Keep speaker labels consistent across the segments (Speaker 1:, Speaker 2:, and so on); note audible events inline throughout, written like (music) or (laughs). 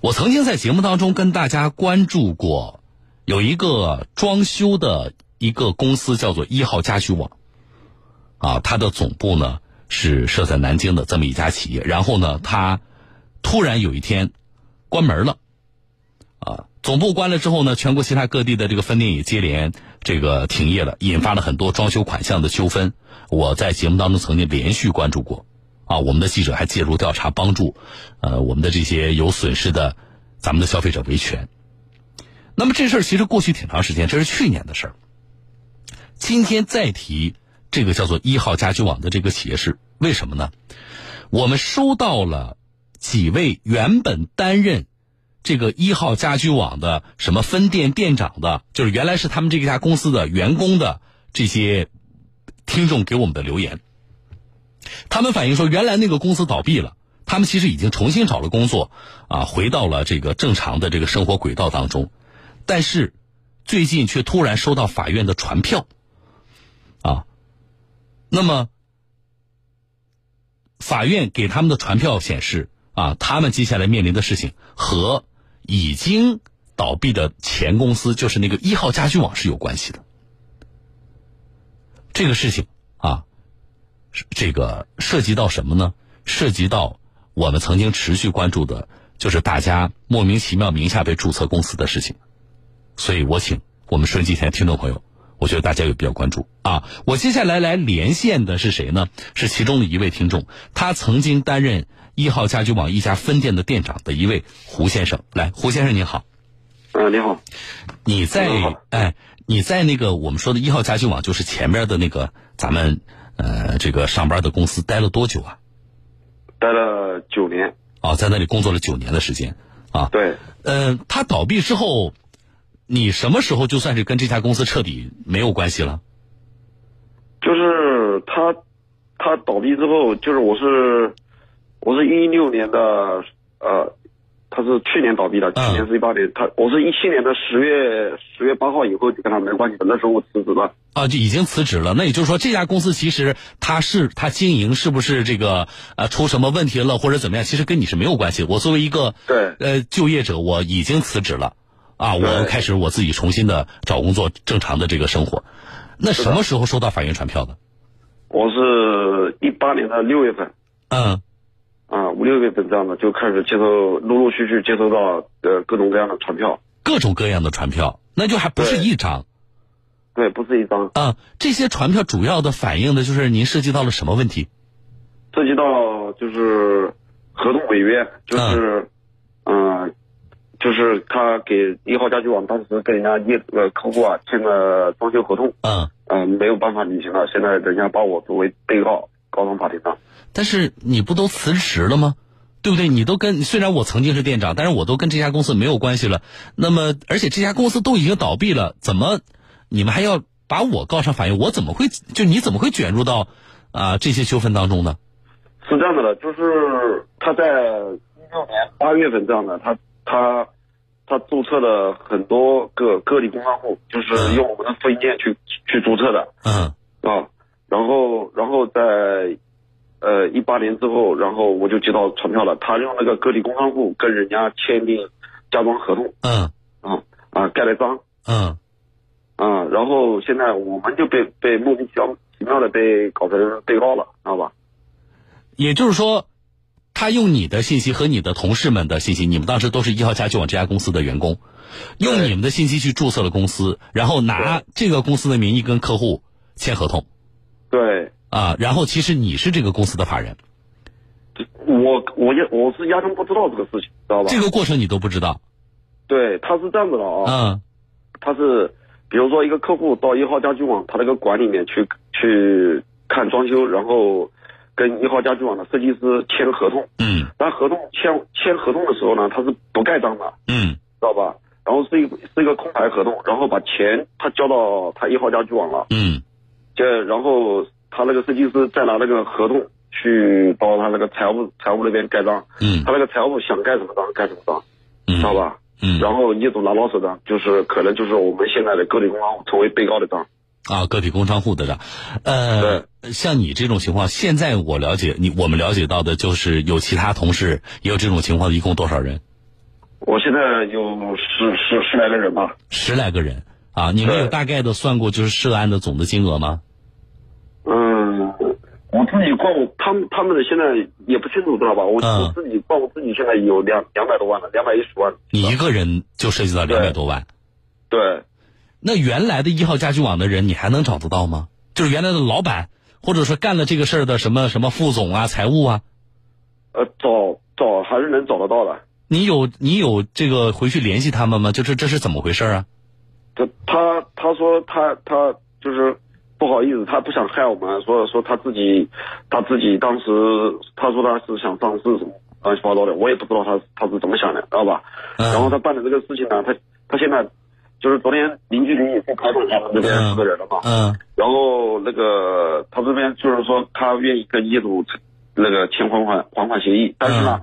Speaker 1: 我曾经在节目当中跟大家关注过，有一个装修的一个公司叫做一号家居网，啊，它的总部呢是设在南京的这么一家企业。然后呢，它突然有一天关门了，啊，总部关了之后呢，全国其他各地的这个分店也接连这个停业了，引发了很多装修款项的纠纷。我在节目当中曾经连续关注过。啊，我们的记者还介入调查，帮助，呃，我们的这些有损失的咱们的消费者维权。那么这事儿其实过去挺长时间，这是去年的事儿。今天再提这个叫做一号家居网的这个企业是为什么呢？我们收到了几位原本担任这个一号家居网的什么分店店长的，就是原来是他们这家公司的员工的这些听众给我们的留言。他们反映说，原来那个公司倒闭了，他们其实已经重新找了工作，啊，回到了这个正常的这个生活轨道当中，但是最近却突然收到法院的传票，啊，那么法院给他们的传票显示，啊，他们接下来面临的事情和已经倒闭的前公司，就是那个一号家居网是有关系的，这个事情啊。这个涉及到什么呢？涉及到我们曾经持续关注的，就是大家莫名其妙名下被注册公司的事情。所以我请我们收音机前听众朋友，我觉得大家有必要关注啊。我接下来来连线的是谁呢？是其中的一位听众，他曾经担任一号家居网一家分店的店长的一位胡先生。来，胡先生您好，
Speaker 2: 嗯，你好，
Speaker 1: 你在
Speaker 2: 你好
Speaker 1: 哎，你在那个我们说的一号家居网，就是前面的那个咱们呃这个上班的公司待了多久啊？
Speaker 2: 待了九年，
Speaker 1: 啊，在那里工作了九年的时间啊。
Speaker 2: 对，
Speaker 1: 嗯，他倒闭之后，你什么时候就算是跟这家公司彻底没有关系了？
Speaker 2: 就是他，他倒闭之后，就是我是，我是一六年的，呃，他是去年倒闭的，去
Speaker 1: 嗯
Speaker 2: 年是一八年，他我是一七年的十月十月八号以后就跟他没关系的，那时候我辞职了，
Speaker 1: 啊，就已经辞职了。那也就是说，这家公司其实它是它经营是不是这个呃出什么问题了，或者怎么样，其实跟你是没有关系。我作为一个
Speaker 2: 对
Speaker 1: 呃就业者，我已经辞职了啊，我
Speaker 2: 对
Speaker 1: 开始我自己重新的找工作，正常的这个生活。那
Speaker 2: 是
Speaker 1: 什
Speaker 2: 的
Speaker 1: 么时候收到法院传票的？
Speaker 2: 我是一八年的六月份。
Speaker 1: 嗯，
Speaker 2: 啊，五六月份这样的就开始接收，陆陆续续接收到呃各种各样的传票，
Speaker 1: 各种各样的传票，那就还不是
Speaker 2: 对
Speaker 1: 一张。
Speaker 2: 对，不是一张，
Speaker 1: 啊，这些传票主要的反映的就是您涉及到了什么问题？
Speaker 2: 涉及到就是合同违约，就是，嗯、就是他给一号家居网当时跟人家业呃客户啊签了装修合同，
Speaker 1: 嗯，
Speaker 2: 嗯、没有办法履行了，现在人家把我作为被告告上法庭了。
Speaker 1: 但是你不都辞职了吗？对不对？你都跟虽然我曾经是店长，但是我都跟这家公司没有关系了。那么，而且这家公司都已经倒闭了，怎么你们还要把我告上法院？我怎么会就你怎么会卷入到啊、这些纠纷当中呢？
Speaker 2: 是这样的了，就是他在一六年八月份这样的，他他他注册了很多个个体工商户，就是用我们的分店去去注册的。
Speaker 1: 嗯
Speaker 2: 啊，然后然后在呃一八年之后，然后我就接到传票了，他用那个个体工商户跟人家签订家装合同
Speaker 1: 嗯
Speaker 2: 啊啊盖了章
Speaker 1: 嗯
Speaker 2: 啊，然后现在我们就被被莫名其妙其妙的被搞成被告了，知道吧？
Speaker 1: 也就是说，他用你的信息和你的同事们的信息，你们当时都是一号家居网这家公司的员工，用
Speaker 2: 对
Speaker 1: 你们的信息去注册了公司，然后拿这个公司的名义跟客户签合同
Speaker 2: 对，
Speaker 1: 啊，然后其实你是这个公司的法人，
Speaker 2: 我我也我是压根不知道这个事情，知道吧？
Speaker 1: 这个过程你都不知道，
Speaker 2: 对，他是这样子的啊，
Speaker 1: 嗯
Speaker 2: 他是比如说一个客户到一号家居网他那个馆里面去去看装修，然后跟一号家居网的设计师签合同。
Speaker 1: 嗯
Speaker 2: 但合同签签合同的时候呢，他是不盖章的，
Speaker 1: 嗯
Speaker 2: 知道吧？然后是一个是一个空白合同，然后把钱他交到他一号家居网了，
Speaker 1: 嗯
Speaker 2: 这然后他那个设计师再拿那个合同去到他那个财务财务那边盖章，
Speaker 1: 嗯
Speaker 2: 他那个财务想盖什么章盖什么章，
Speaker 1: 嗯，
Speaker 2: 知道？吧？
Speaker 1: 嗯，
Speaker 2: 然后业主拿到手的，就是可能就是我们现在的个体工商户成为被告的章，
Speaker 1: 啊，个体工商户的账，呃，像你这种情况，现在我了解你，我们了解到的就是有其他同事也有这种情况，一共多少人？
Speaker 2: 我现在有十十十来个人吧，
Speaker 1: 十来个人啊，你们
Speaker 2: 对
Speaker 1: 有大概的算过就是涉案的总的金额吗？
Speaker 2: 嗯，我自己逛，他们他们的现在也不清楚多少吧，我、
Speaker 1: 嗯
Speaker 2: 我自己逛，我自己现在有两两百多万了，两百一十万了，
Speaker 1: 你一个人就涉及到两百多万，
Speaker 2: 对，
Speaker 1: 那原来的一号家居网的人，你还能找得到吗？就是原来的老板，或者说干了这个事儿的什么什么副总啊、财务啊，
Speaker 2: 呃，找找还是能找得到的。
Speaker 1: 你有你有这个回去联系他们吗？就是这是怎么回事啊？
Speaker 2: 他他他说他他就是不好意思，他不想害我们，说说他自己他自己当时他说他是想上市什么乱七八糟的，我也不知道他他是怎么想的，知道吧？
Speaker 1: 嗯
Speaker 2: 然后他办的这个事情呢，他他现在就是昨天邻居里也去采访他们这边
Speaker 1: 嗯
Speaker 2: 四个人了嘛，
Speaker 1: 嗯
Speaker 2: 然后那个他这边就是说他愿意跟业主那个签还款还款协议，
Speaker 1: 嗯
Speaker 2: 但是呢，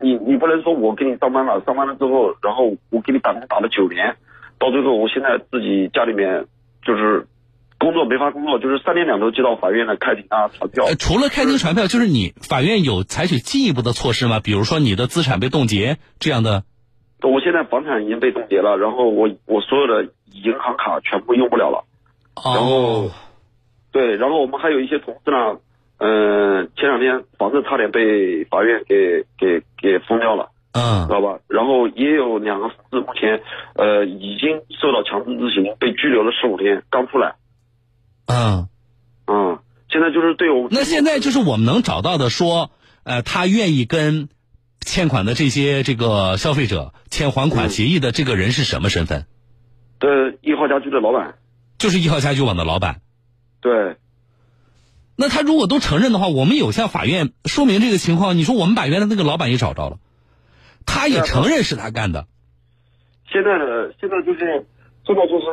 Speaker 2: 你你不能说我给你上班了，上班了之后，然后我给你打工打了九年，到最后我现在自己家里面就是工作没法工作，就是三天两头接到法院的开庭啊传票
Speaker 1: 呃，除了开庭传票，就是你法院有采取进一步的措施吗？比如说你的资产被冻结这样的？
Speaker 2: 我现在房产已经被冻结了，然后我我所有的银行卡全部用不了了。然后
Speaker 1: 哦，
Speaker 2: 对，然后我们还有一些同事呢，嗯、前两天房子差点被法院给给给封掉了，知
Speaker 1: 嗯
Speaker 2: 道吧？然后也有两个同事目前呃已经受到强制执行，被拘留了十五天，刚出来，
Speaker 1: 嗯，
Speaker 2: 嗯，现在就是对我们
Speaker 1: 那现在就是我们能找到的说，呃，他愿意跟欠款的这些这个消费者签还款协议的这个人是什么身份？
Speaker 2: 的呃一号家居的老板，
Speaker 1: 就是一号家居网的老板。
Speaker 2: 对，
Speaker 1: 那他如果都承认的话，我们有向法院说明这个情况。你说我们把原来那个老板也找着了，他也承认是他干的。
Speaker 2: 现在的现在就是现在就是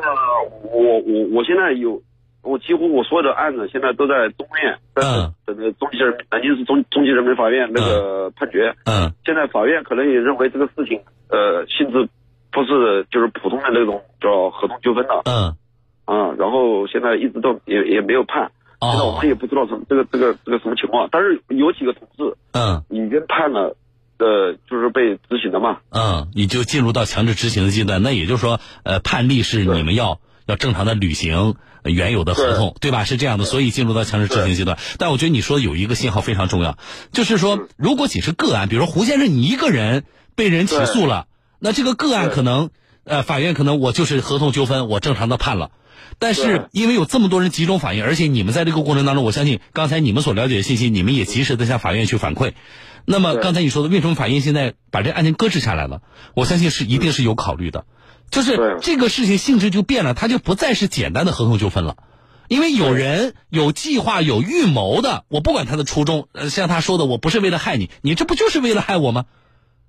Speaker 2: 我我我现在有。我几乎我所有的案子现在都在中院，在
Speaker 1: 嗯
Speaker 2: 等着中级人南京市中中级人民法院那个判决。
Speaker 1: 嗯
Speaker 2: 现在法院可能也认为这个事情，呃，性质不是就是普通的那种叫合同纠纷了
Speaker 1: 嗯
Speaker 2: 啊、然后现在一直都也也没有判，现在
Speaker 1: 哦
Speaker 2: 我们也不知道什么这个这个这个什么情况，但是有几个同事
Speaker 1: 嗯
Speaker 2: 已经判了，呃，就是被执行了嘛，
Speaker 1: 嗯，你就进入到强制执行的阶段。那也就是说，呃，判例是
Speaker 2: 对
Speaker 1: 你们要要正常的履行呃原有的合同，对吧？是这样的，所以进入到强制执行阶段。但我觉得你说的有一个信号非常重要，就是
Speaker 2: 嗯
Speaker 1: 说，如果仅是个案，比如说胡先生你一个人被人起诉了，那这个个案
Speaker 2: 对
Speaker 1: 可能，呃，法院可能我就是合同纠纷，我正常的判了。但是
Speaker 2: 对
Speaker 1: 因为有这么多人集中反映，而且你们在这个过程当中，我相信刚才你们所了解的信息，你们也及时的向法院去反馈。那么
Speaker 2: 对
Speaker 1: 刚才你说的，为什么法院现在把这案件搁置下来了？我相信是一定是有考虑的，就是
Speaker 2: 对
Speaker 1: 这个事情性质就变了，它就不再是简单的合同纠纷了。因为有人有计划、有预谋的，我不管他的初衷，呃，像他说的，我不是为了害你，你这不就是为了害我吗？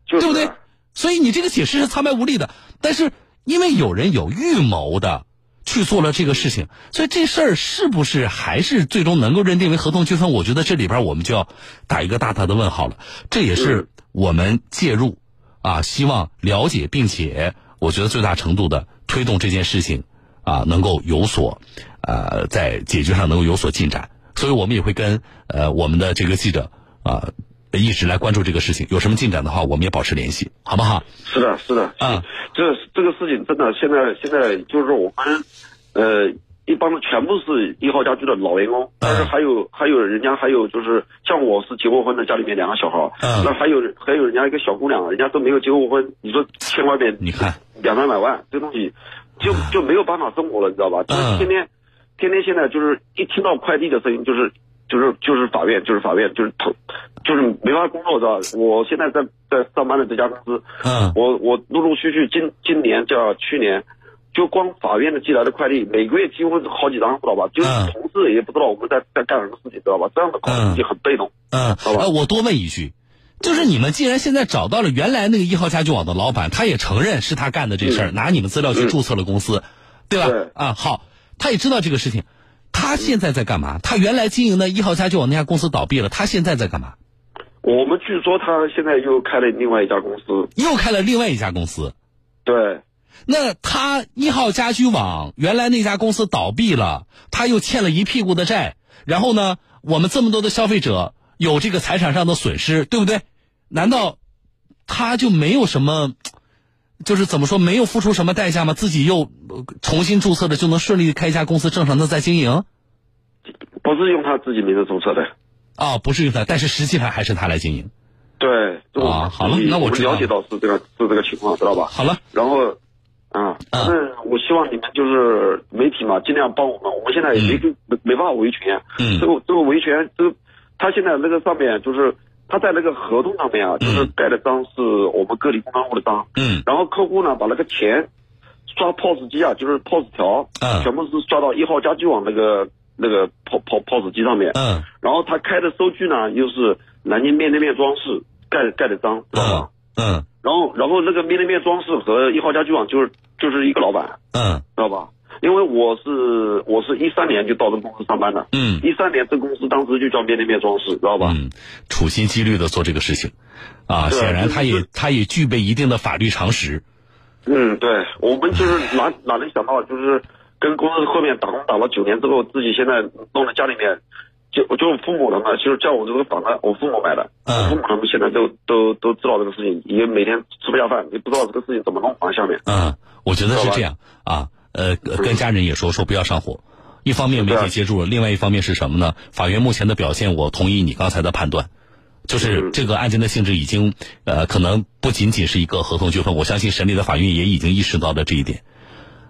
Speaker 2: 就是
Speaker 1: 对不对？所以你这个解释是苍白无力的。但是因为有人有预谋的去做了这个事情，所以这事儿是不是还是最终能够认定为合同纠纷？我觉得这里边我们就要打一个大大的问号了。这也是我们介入啊，希望了解并且我觉得最大程度的推动这件事情啊，能够有所呃在解决上能够有所进展。所以我们也会跟呃我们的这个记者啊、一直来关注这个事情，有什么进展的话，我们也保持联系，好不好？
Speaker 2: 是的，是的，
Speaker 1: 嗯，
Speaker 2: 这这个事情真的现在现在就是我们，呃，一帮的全部是一号家居的老员工，但是
Speaker 1: 嗯
Speaker 2: 还有还有人家还有就是像我是结过婚的，家里面两个小孩儿，
Speaker 1: 嗯
Speaker 2: 那还有还有人家一个小姑娘，人家都没有结过婚，你说欠外面
Speaker 1: 你看，啊
Speaker 2: 两三百万，这东西就就没有办法生活了，你知道吧？
Speaker 1: 嗯
Speaker 2: 就是天天天天现在就是一听到快递的声音就是。就是就是法院，就是法院，就是投，就是没法工作，知道吧？我现在在在上班的这家公司，
Speaker 1: 嗯
Speaker 2: 我我陆陆续续今今年叫去年，就光法院的寄来的快递，每个月几乎是好几张，知道吧？就是
Speaker 1: 嗯
Speaker 2: 同事也不知道我们在在干什么事情，知道吧？这样的话自己很被动。
Speaker 1: 嗯，
Speaker 2: 好吧
Speaker 1: 呃，我多问一句，就是你们既然现在找到了原来那个一号家居网的老板，他也承认是他干的这事儿，拿你们资料去注册了公司，对吧？
Speaker 2: 嗯对嗯
Speaker 1: 啊，好，他也知道这个事情，他现在在干嘛？他原来经营的一号家居网那家公司倒闭了，他现在在干嘛？
Speaker 2: 我们据说他现在又开了另外一家公司，
Speaker 1: 又开了另外一家公司，
Speaker 2: 对
Speaker 1: 那他一号家居网原来那家公司倒闭了，他又欠了一屁股的债，然后呢，我们这么多的消费者有这个财产上的损失，对不对？难道他就没有什么就是怎么说，没有付出什么代价吗？自己又呃重新注册的，就能顺利地开一家公司，正常的在经营
Speaker 2: 不是用他自己名字注册的。
Speaker 1: 啊、不是用他，但是实际上还是他来经营。
Speaker 2: 对，这我
Speaker 1: 啊好了那我
Speaker 2: 我
Speaker 1: 知道
Speaker 2: 了解到是这个是这个情况，知道吧？
Speaker 1: 好了，
Speaker 2: 然后，啊，
Speaker 1: 嗯
Speaker 2: 但是我希望你们就是媒体嘛，尽量帮我们。我们现在也没、没没办法维权，
Speaker 1: 嗯
Speaker 2: 这个这个维权，这个他现在那个上面就是他在那个合同上面啊，就是盖的章是我们个体工商户的章，
Speaker 1: 嗯
Speaker 2: 然后客户呢把那个钱刷 POS 机啊，就是 POS 条，
Speaker 1: 嗯
Speaker 2: 全部是刷到一号家居网那个那个 POS POS 机上面，
Speaker 1: 嗯
Speaker 2: 然后他开的收据呢又是南京面对面装饰盖的盖的章，知道
Speaker 1: 嗯
Speaker 2: 吧？
Speaker 1: 嗯
Speaker 2: 然后然后那个面对面装饰和一号家居网就是就是一个老板，
Speaker 1: 嗯
Speaker 2: 知道吧？因为我是我是一三年就到这公司上班的，
Speaker 1: 嗯，
Speaker 2: 一三年这公司当时就叫面对面装饰，知道吧？
Speaker 1: 嗯，处心积虑的做这个事情，啊，
Speaker 2: 对
Speaker 1: 显然他
Speaker 2: 就
Speaker 1: 也
Speaker 2: 是
Speaker 1: 他也具备一定的法律常识。
Speaker 2: 嗯，对，我们就是哪哪能想到，就是跟公司后面打工打了九年之后，自己现在弄到家里面，就就是父母他们就是叫我这个房子，我父母买的，
Speaker 1: 嗯
Speaker 2: 我父母他们现在都都都知道这个事情，也每天吃不下饭，也不知道这个事情怎么弄啊，下面。
Speaker 1: 嗯，我觉得
Speaker 2: 好
Speaker 1: 是
Speaker 2: 吧
Speaker 1: 这样啊，呃，跟家人也说说不要上火。一方面媒
Speaker 2: 是
Speaker 1: 体接住了，另外一方面是什么呢？法院目前的表现，我同意你刚才的判断，就是
Speaker 2: 嗯
Speaker 1: 这个案件的性质已经呃，可能不仅仅是一个合同纠纷，我相信审理的法院也已经意识到了这一点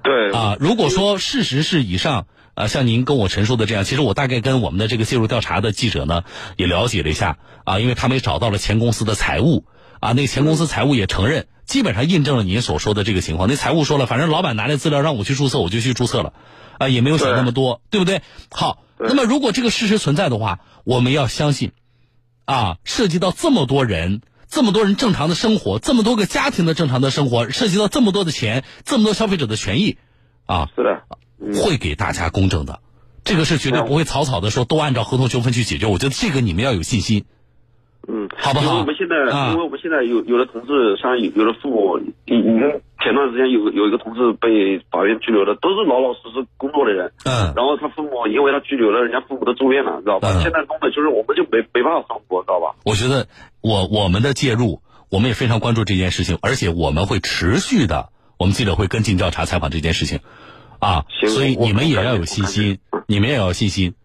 Speaker 2: 对，
Speaker 1: 啊。如果说事实是以上。啊，像您跟我陈述的这样，其实我大概跟我们的这个介入调查的记者呢也了解了一下啊，因为他们也找到了前公司的财务啊，那个前公司财务也承认，基本上印证了您所说的这个情况。那财务说了，反正老板拿来资料让我去注册，我就去注册了，啊，也没有想那么多，对不对？好，
Speaker 2: 对
Speaker 1: 那么如果这个事实存在的话，我们要相信，啊，涉及到这么多人。这么多人正常的生活，这么多个家庭的正常的生活，涉及到这么多的钱，这么多消费者的权益，啊，
Speaker 2: 是的，
Speaker 1: 会给大家公正的，这个是绝对不会草草的说都按照合同纠纷去解决。我觉得这个你们要有信心。
Speaker 2: 嗯，
Speaker 1: 好不好
Speaker 2: 因为我们现在，
Speaker 1: 啊
Speaker 2: 因为我们现在有有的同事，像有有的父母，已已经前段时间有有一个同事被法院拘留的，都是老老实实工作的人，
Speaker 1: 嗯
Speaker 2: 然后他父母因为他拘留了，人家父母都住院了，知道吧？
Speaker 1: 嗯
Speaker 2: 现在弄的就是我们就没没办法生活，知道吧？
Speaker 1: 我觉得我我们的介入，我们也非常关注这件事情，而且我们会持续的，我们记者会跟进调查采访这件事情，啊，
Speaker 2: 行
Speaker 1: 所以
Speaker 2: 我
Speaker 1: 你们也要有
Speaker 2: 我
Speaker 1: 信
Speaker 2: 感觉
Speaker 1: 心，你们也要有信心。
Speaker 2: 嗯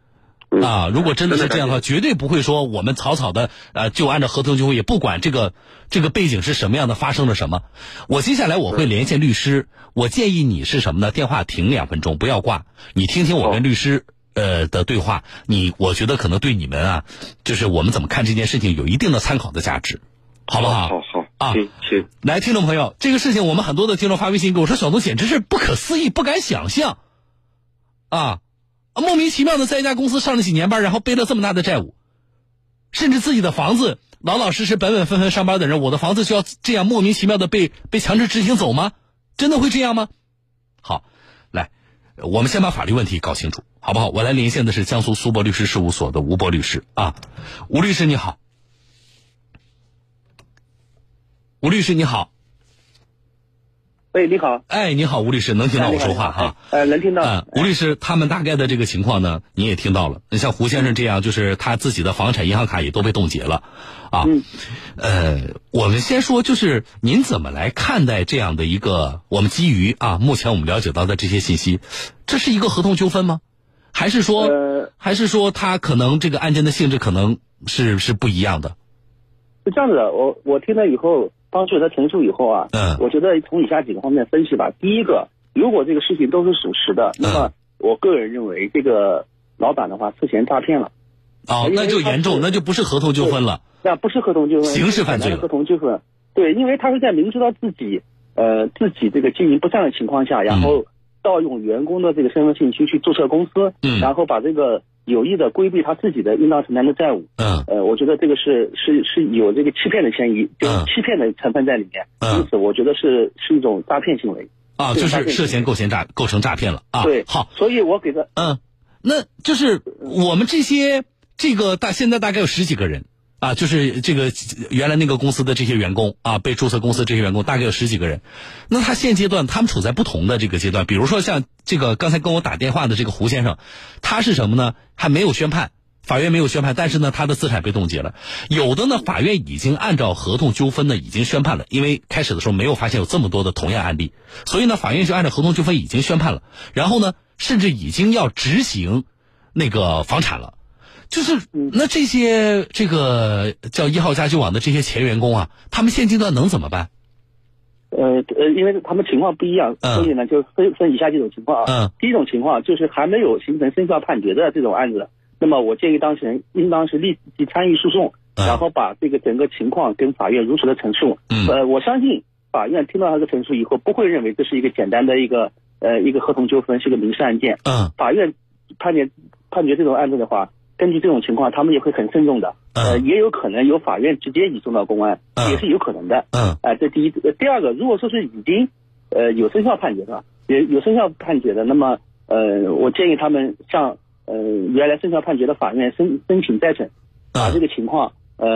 Speaker 1: 啊，如果真的是
Speaker 2: 真的
Speaker 1: 这样的话，绝对不会说我们草草的呃就按照合同就会，也不管这个这个背景是什么样的，发生了什么。我接下来我会连线律师，我建议你是什么呢？电话停两分钟，不要挂，你听听我
Speaker 2: 哦
Speaker 1: 跟律师。呃的对话，你我觉得可能对你们啊，就是我们怎么看这件事情有一定的参考的价值，好不好？
Speaker 2: 好好，
Speaker 1: 啊
Speaker 2: 行行，
Speaker 1: 来，听众朋友，这个事情我们很多的听众发微信给我说，小东简直是不可思议，不敢想象，啊，莫名其妙的在一家公司上了几年班，然后背了这么大的债务，甚至自己的房子老老实实、本本分分上班的人，我的房子就要这样莫名其妙的被被强制执行走吗？真的会这样吗？好，来，我们先把法律问题搞清楚，好不好？我来连线的是江苏苏博律师事务所的吴博律师啊，吴律师你好，吴律师你好。
Speaker 3: 喂，你好，
Speaker 1: 哎，你好，吴律师，能听到我说话哈？
Speaker 3: 呃，能听到。
Speaker 1: 嗯，吴律师，他们大概的这个情况呢，你也听到了。你像胡先生这样，就是他自己的房产、银行卡也都被冻结了，啊，
Speaker 3: 嗯
Speaker 1: 呃，我们先说，就是您怎么来看待这样的一个？我们基于啊，目前我们了解到的这些信息，这是一个合同纠纷吗？还是说，
Speaker 3: 呃，
Speaker 1: 还是说他可能这个案件的性质可能是是不一样的？
Speaker 3: 是这样子的，我我听了以后，帮助他陈述以后啊，
Speaker 1: 嗯
Speaker 3: 我觉得从以下几个方面分析吧。第一个，如果这个事情都是属实的，
Speaker 1: 嗯
Speaker 3: 那么我个人认为这个老板的话涉嫌诈骗了，
Speaker 1: 哦，那就严重，
Speaker 3: 因为他是
Speaker 1: 那就不是合同纠纷了。
Speaker 3: 那不是合同纠纷，
Speaker 1: 刑事犯罪了
Speaker 3: 是合同纠纷，对，因为他是在明知道自己呃自己这个经营不善的情况
Speaker 1: 嗯
Speaker 3: 下，然后盗用员工的这个身份信息去注册公司，
Speaker 1: 嗯
Speaker 3: 然后把这个有意的规避他自己的应当承担的债务。
Speaker 1: 嗯
Speaker 3: 呃，我觉得这个是是是有这个欺骗的嫌疑，就是
Speaker 1: 嗯
Speaker 3: 欺骗的成分在里面，
Speaker 1: 嗯
Speaker 3: 因此我觉得是是一种诈骗行为。
Speaker 1: 啊，就
Speaker 3: 对诈
Speaker 1: 是
Speaker 3: 骗
Speaker 1: 涉嫌构嫌诈构成诈骗了啊。
Speaker 3: 对，
Speaker 1: 好，
Speaker 3: 所以我给他
Speaker 1: 嗯，那就是我们这些这个大现在大概有十几个人啊，就是这个原来那个公司的这些员工啊，被注册公司这些员工大概有十几个人。那他现阶段他们处在不同的这个阶段，比如说像这个刚才跟我打电话的这个胡先生，他是什么呢？还没有宣判，法院没有宣判，但是呢，他的资产被冻结了。有的呢，法院已经按照合同纠纷呢已经宣判了，因为开始的时候没有发现有这么多的同样案例，所以呢，法院就按照合同纠纷已经宣判了。然后呢，甚至已经要执行那个房产了。就是那这些这个叫一号家居网的这些前员工啊，他们现阶段能怎么办？
Speaker 2: 呃呃，因为他们情况不一样，
Speaker 1: 嗯
Speaker 2: 所以呢，就分分以下几种情况啊。
Speaker 1: 嗯
Speaker 2: 第一种情况就是还没有形成生效判决的这种案子，那么我建议当事人应当是立即参与诉讼，
Speaker 1: 嗯
Speaker 2: 然后把这个整个情况跟法院如实的陈述。
Speaker 1: 嗯
Speaker 2: 呃，我相信法院听到他的陈述以后，不会认为这是一个简单的一个呃一个合同纠纷，是个民事案件。
Speaker 1: 嗯
Speaker 2: 法院判决判决这种案子的话，根据这种情况，他们也会很慎重的。呃，
Speaker 1: 嗯
Speaker 2: 也有可能由法院直接移送到公安，
Speaker 1: 嗯
Speaker 2: 也是有可能的。
Speaker 1: 嗯
Speaker 2: 啊、这第一。呃第二个，如果说是已经呃有生效判决的，也有生效判决的，那么呃，我建议他们向呃原来生效判决的法院申申请再审，把
Speaker 1: 嗯
Speaker 2: 这个情况呃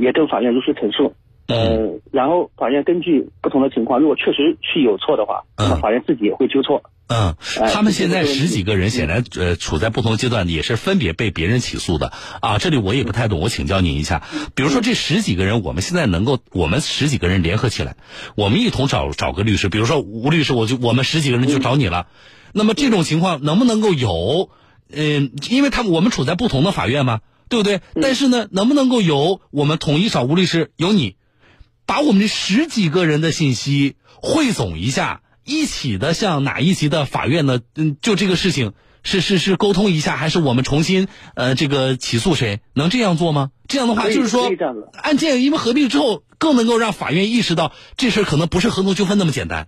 Speaker 2: 也跟法院如实陈述。
Speaker 1: 嗯
Speaker 2: 呃，然后法院根据不同的情况，如果确实是有错的话，那么
Speaker 1: 嗯
Speaker 2: 法院自己也会纠错。
Speaker 1: 嗯，
Speaker 2: 哎
Speaker 1: 他们现在
Speaker 2: 这个问题
Speaker 1: 十几个人显然呃处在不同阶段，也是分别被别人起诉的啊。这里我也不太懂，我请教您一下。比如说这十几个人，我们现在能够，我们十几个人联合起来，我们一同找找个律师，比如说吴律师，我就我们十几个人就找你了。那么这种情况能不能够有？嗯，因为他们我们处在不同的法院嘛，对不对？
Speaker 2: 嗯
Speaker 1: 但是呢，能不能够有我们统一找吴律师，有你，把我们这十几个人的信息汇总一下，一起的向哪一级的法院呢？嗯，就这个事情是是是沟通一下，还是我们重新呃这个起诉谁？能这样做吗？这样的话
Speaker 2: 可以
Speaker 1: 啊就是说
Speaker 2: 可以这样子，
Speaker 1: 案件因为合并之后，更能够让法院意识到这事儿可能不是合同纠纷那么简单。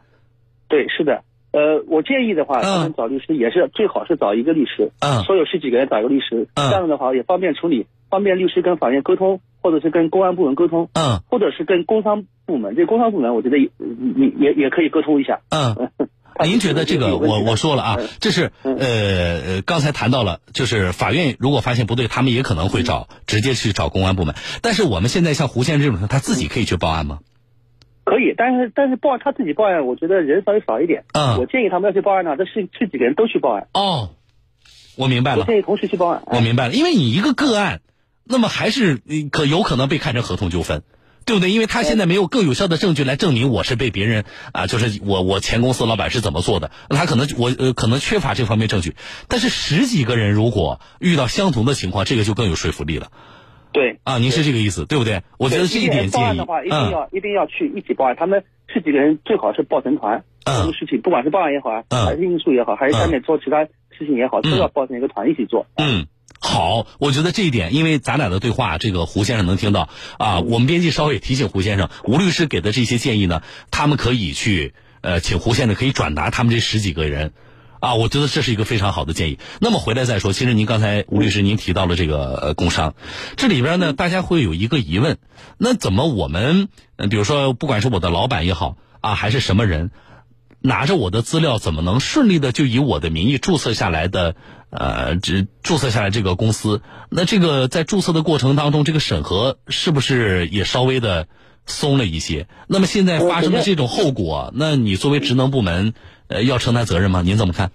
Speaker 2: 对，是的。呃，我建议的话，
Speaker 1: 嗯
Speaker 2: 他们找律师也是最好是找一个律师，
Speaker 1: 嗯
Speaker 2: 所有十几个人找一个律师，
Speaker 1: 嗯
Speaker 2: 这样的话也方便处理，方便律师跟法院沟通，或者是跟公安部门沟通，
Speaker 1: 嗯
Speaker 2: 或者是跟工商部门。这工商部门，我觉得也嗯也也也可以沟通一下。
Speaker 1: 嗯。
Speaker 2: (laughs) 看
Speaker 1: 您觉得这个
Speaker 2: 有问
Speaker 1: 我
Speaker 2: 题的
Speaker 1: 我说了啊
Speaker 2: 嗯，
Speaker 1: 这是
Speaker 2: 嗯
Speaker 1: 呃呃刚才谈到了，就是法院如果发现不对，他们也可能会找直接去找公安部门。但是我们现在像胡先生这种人，他自己可以去报案吗？
Speaker 2: 可以，但是但是报他自己报案，我觉得人稍微少一点。
Speaker 1: 嗯
Speaker 2: 我建议他们要去报案呢，这十十几个人都去报案，
Speaker 1: 哦，我明白
Speaker 2: 我
Speaker 1: 了，
Speaker 2: 建议同时去报案。
Speaker 1: 哎我明白了，因为你一个个案，那么还是呃可有可能被看成合同纠纷。对不对？因为他现在没有更有效的证据来证明我是被别人啊，就是我我前公司老板是怎么做的，他可能我呃可能缺乏这方面证据。但是十几个人如果遇到相同的情况，这个就更有说服力了。
Speaker 2: 对，
Speaker 1: 啊，您是这个意思，对不对？我觉得这
Speaker 2: 对
Speaker 1: 点
Speaker 2: 报
Speaker 1: 建
Speaker 2: 案
Speaker 1: 议
Speaker 2: 的话，一，定
Speaker 1: 嗯
Speaker 2: 要、一定要去一起报案。他们十几个人最好是抱成团，
Speaker 1: 嗯
Speaker 2: 什么事情不管是报案也好啊，
Speaker 1: 嗯
Speaker 2: 还是应诉也好，还是下面做其他事情也好，
Speaker 1: 嗯
Speaker 2: 都要抱成一个团一起做。
Speaker 1: 嗯。好，我觉得这一点，因为咱俩的对话，这个胡先生能听到啊。我们编辑稍微也提醒胡先生，吴律师给的这些建议呢，他们可以去呃，请胡先生可以转达他们这十几个人啊。我觉得这是一个非常好的建议。那么回来再说，其实您刚才吴律师您提到了这个呃工伤，这里边呢大家会有一个疑问，那怎么我们呃比如说不管是我的老板也好啊，还是什么人，拿着我的资料，怎么能顺利的就以我的名义注册下来的，呃，这注册下来这个公司？那这个在注册的过程当中，这个审核是不是也稍微的松了一些？那么现在发生的这种后果，那你作为职能部门，呃，要承担责任吗？您怎么看？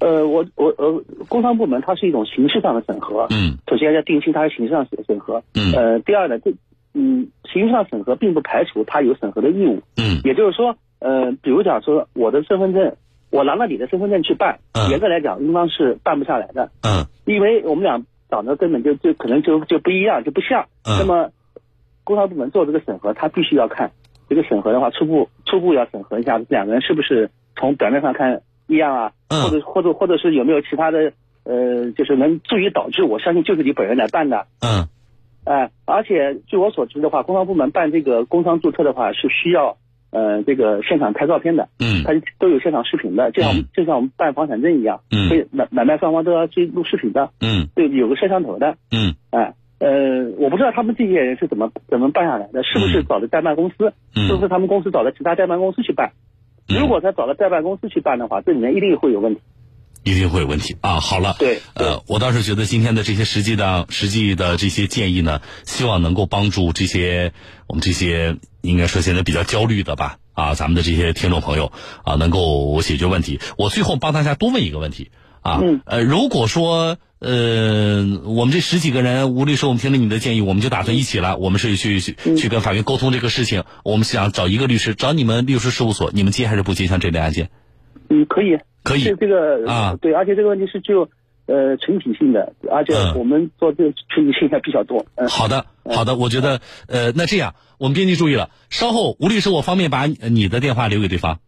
Speaker 2: 呃，我我呃，工商部门它是一种形式上的审核，
Speaker 1: 嗯
Speaker 2: 首先要定期它是形式上审审核，
Speaker 1: 嗯
Speaker 2: 呃，第二呢，这嗯，形式上审核并不排除它有审核的义务，
Speaker 1: 嗯
Speaker 2: 也就是说，呃，比如讲说我的身份证，我拿了你的身份证去办
Speaker 1: 嗯，
Speaker 2: 严格来讲应当是办不下来的，
Speaker 1: 嗯
Speaker 2: 因为我们俩长得根本就就可能就就不一样，就不像。
Speaker 1: 嗯
Speaker 2: 那么，工商部门做这个审核，他必须要看这个审核的话，初步初步要审核一下这两个人是不是从表面上看一样啊，
Speaker 1: 嗯
Speaker 2: 或者或者或者是有没有其他的呃，就是能足以导致我相信就是你本人来办的。
Speaker 1: 嗯
Speaker 2: 哎、而且据我所知的话，工商部门办这个工商注册的话是需要呃这个现场拍照片的，
Speaker 1: 嗯
Speaker 2: 它都有现场视频的，就像我们就像我们办房产证一样，所
Speaker 1: 嗯
Speaker 2: 以买买卖双方都要去录视频的。
Speaker 1: 嗯
Speaker 2: 对，有个摄像头的，
Speaker 1: 嗯
Speaker 2: 哎、呃，我不知道他们这些人是怎么怎么办下来的，是不是找的代办公司，是不
Speaker 1: 嗯
Speaker 2: 是他们公司找的其他代办公司去办？
Speaker 1: 嗯
Speaker 2: 如果他找了代办公司去办的话，这里面一定会有问题。
Speaker 1: 一定会有问题啊！好了，
Speaker 2: 对对
Speaker 1: 呃，我倒是觉得今天的这些实际的、实际的这些建议呢，希望能够帮助这些我们这些应该说现在比较焦虑的吧，啊，咱们的这些听众朋友啊，能够解决问题。我最后帮大家多问一个问题啊，
Speaker 2: 嗯
Speaker 1: 呃，如果说呃，我们这十几个人，吴律师，我们听了你的建议，我们就打算一起来，我们是去去去跟法院沟通这个事情。我们想找一个律师，找你们律师事务所，你们接还是不接？像这类案件，
Speaker 3: 嗯，可以，
Speaker 1: 可以
Speaker 3: 这这个
Speaker 1: 啊
Speaker 3: 对，而且这个问题是具有呃群体性的，而且
Speaker 1: 嗯
Speaker 3: 我们做这个群体性还比较多。嗯，
Speaker 1: 好的，好的，我觉得，呃，那这样，我们编辑注意了，稍后吴律师，我方便把你的电话留给对方，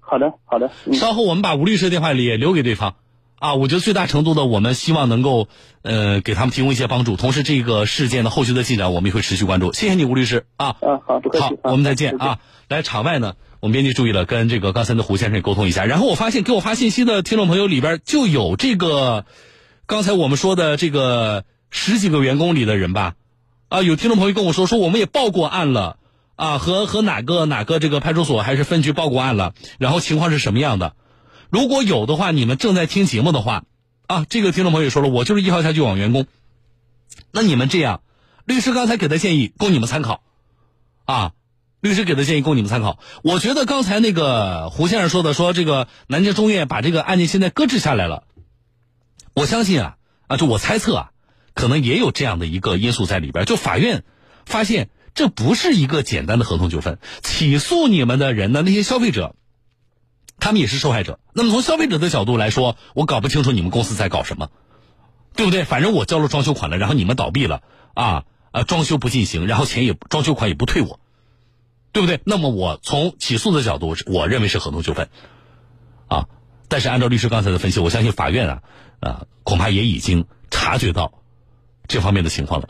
Speaker 3: 好的，好的，嗯，
Speaker 1: 稍后我们把吴律师的电话也留给对方。啊，我觉得最大程度的，我们希望能够，呃，给他们提供一些帮助。同时，这个事件的后续的进展，我们也会持续关注。谢谢你，吴律师啊。
Speaker 3: 啊，好，不客
Speaker 1: 好
Speaker 3: 气，，
Speaker 1: 我们再见。啊！来场外呢，我们编辑注意了，跟这个刚才的胡先生也沟通一下。然后我发现给我发信息的听众朋友里边就有这个，刚才我们说的这个十几个员工里的人吧，啊，有听众朋友跟我说说我们也报过案了。啊，和和哪个哪个这个派出所还是分局报过案了，然后情况是什么样的？如果有的话，你们正在听节目的话，啊，这个听众朋友也说了，我就是一号家具网员工。那你们这样，律师刚才给的建议供你们参考，啊，律师给的建议供你们参考。我觉得刚才那个胡先生说的，说这个南京中院把这个案件现在搁置下来了，我相信啊，啊，就我猜测啊，可能也有这样的一个因素在里边儿。就法院发现这不是一个简单的合同纠纷，起诉你们的人呢，那些消费者。他们也是受害者。那么从消费者的角度来说，我搞不清楚你们公司在搞什么。对不对？反正我交了装修款了，然后你们倒闭了啊啊，装修不进行，然后钱也装修款也不退我，对不对？那么我从起诉的角度，我认为是合同纠纷啊。但是按照律师刚才的分析，我相信法院啊啊，恐怕也已经察觉到这方面的情况了。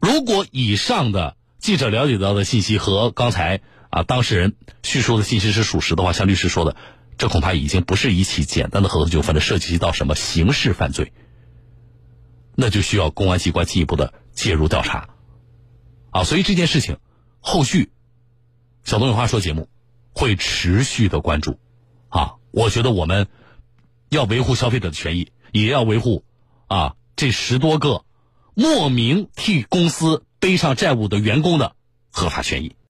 Speaker 1: 如果以上的记者了解到的信息和刚才啊当事人叙述的信息是属实的话，像律师说的，这恐怕已经不是一起简单的合同纠纷了，涉及到什么刑事犯罪。那就需要公安机关进一步的介入调查，啊，所以这件事情后续，小东有话说节目会持续的关注，啊，我觉得我们要维护消费者的权益，也要维护啊这十多个莫名替公司背上债务的员工的合法权益。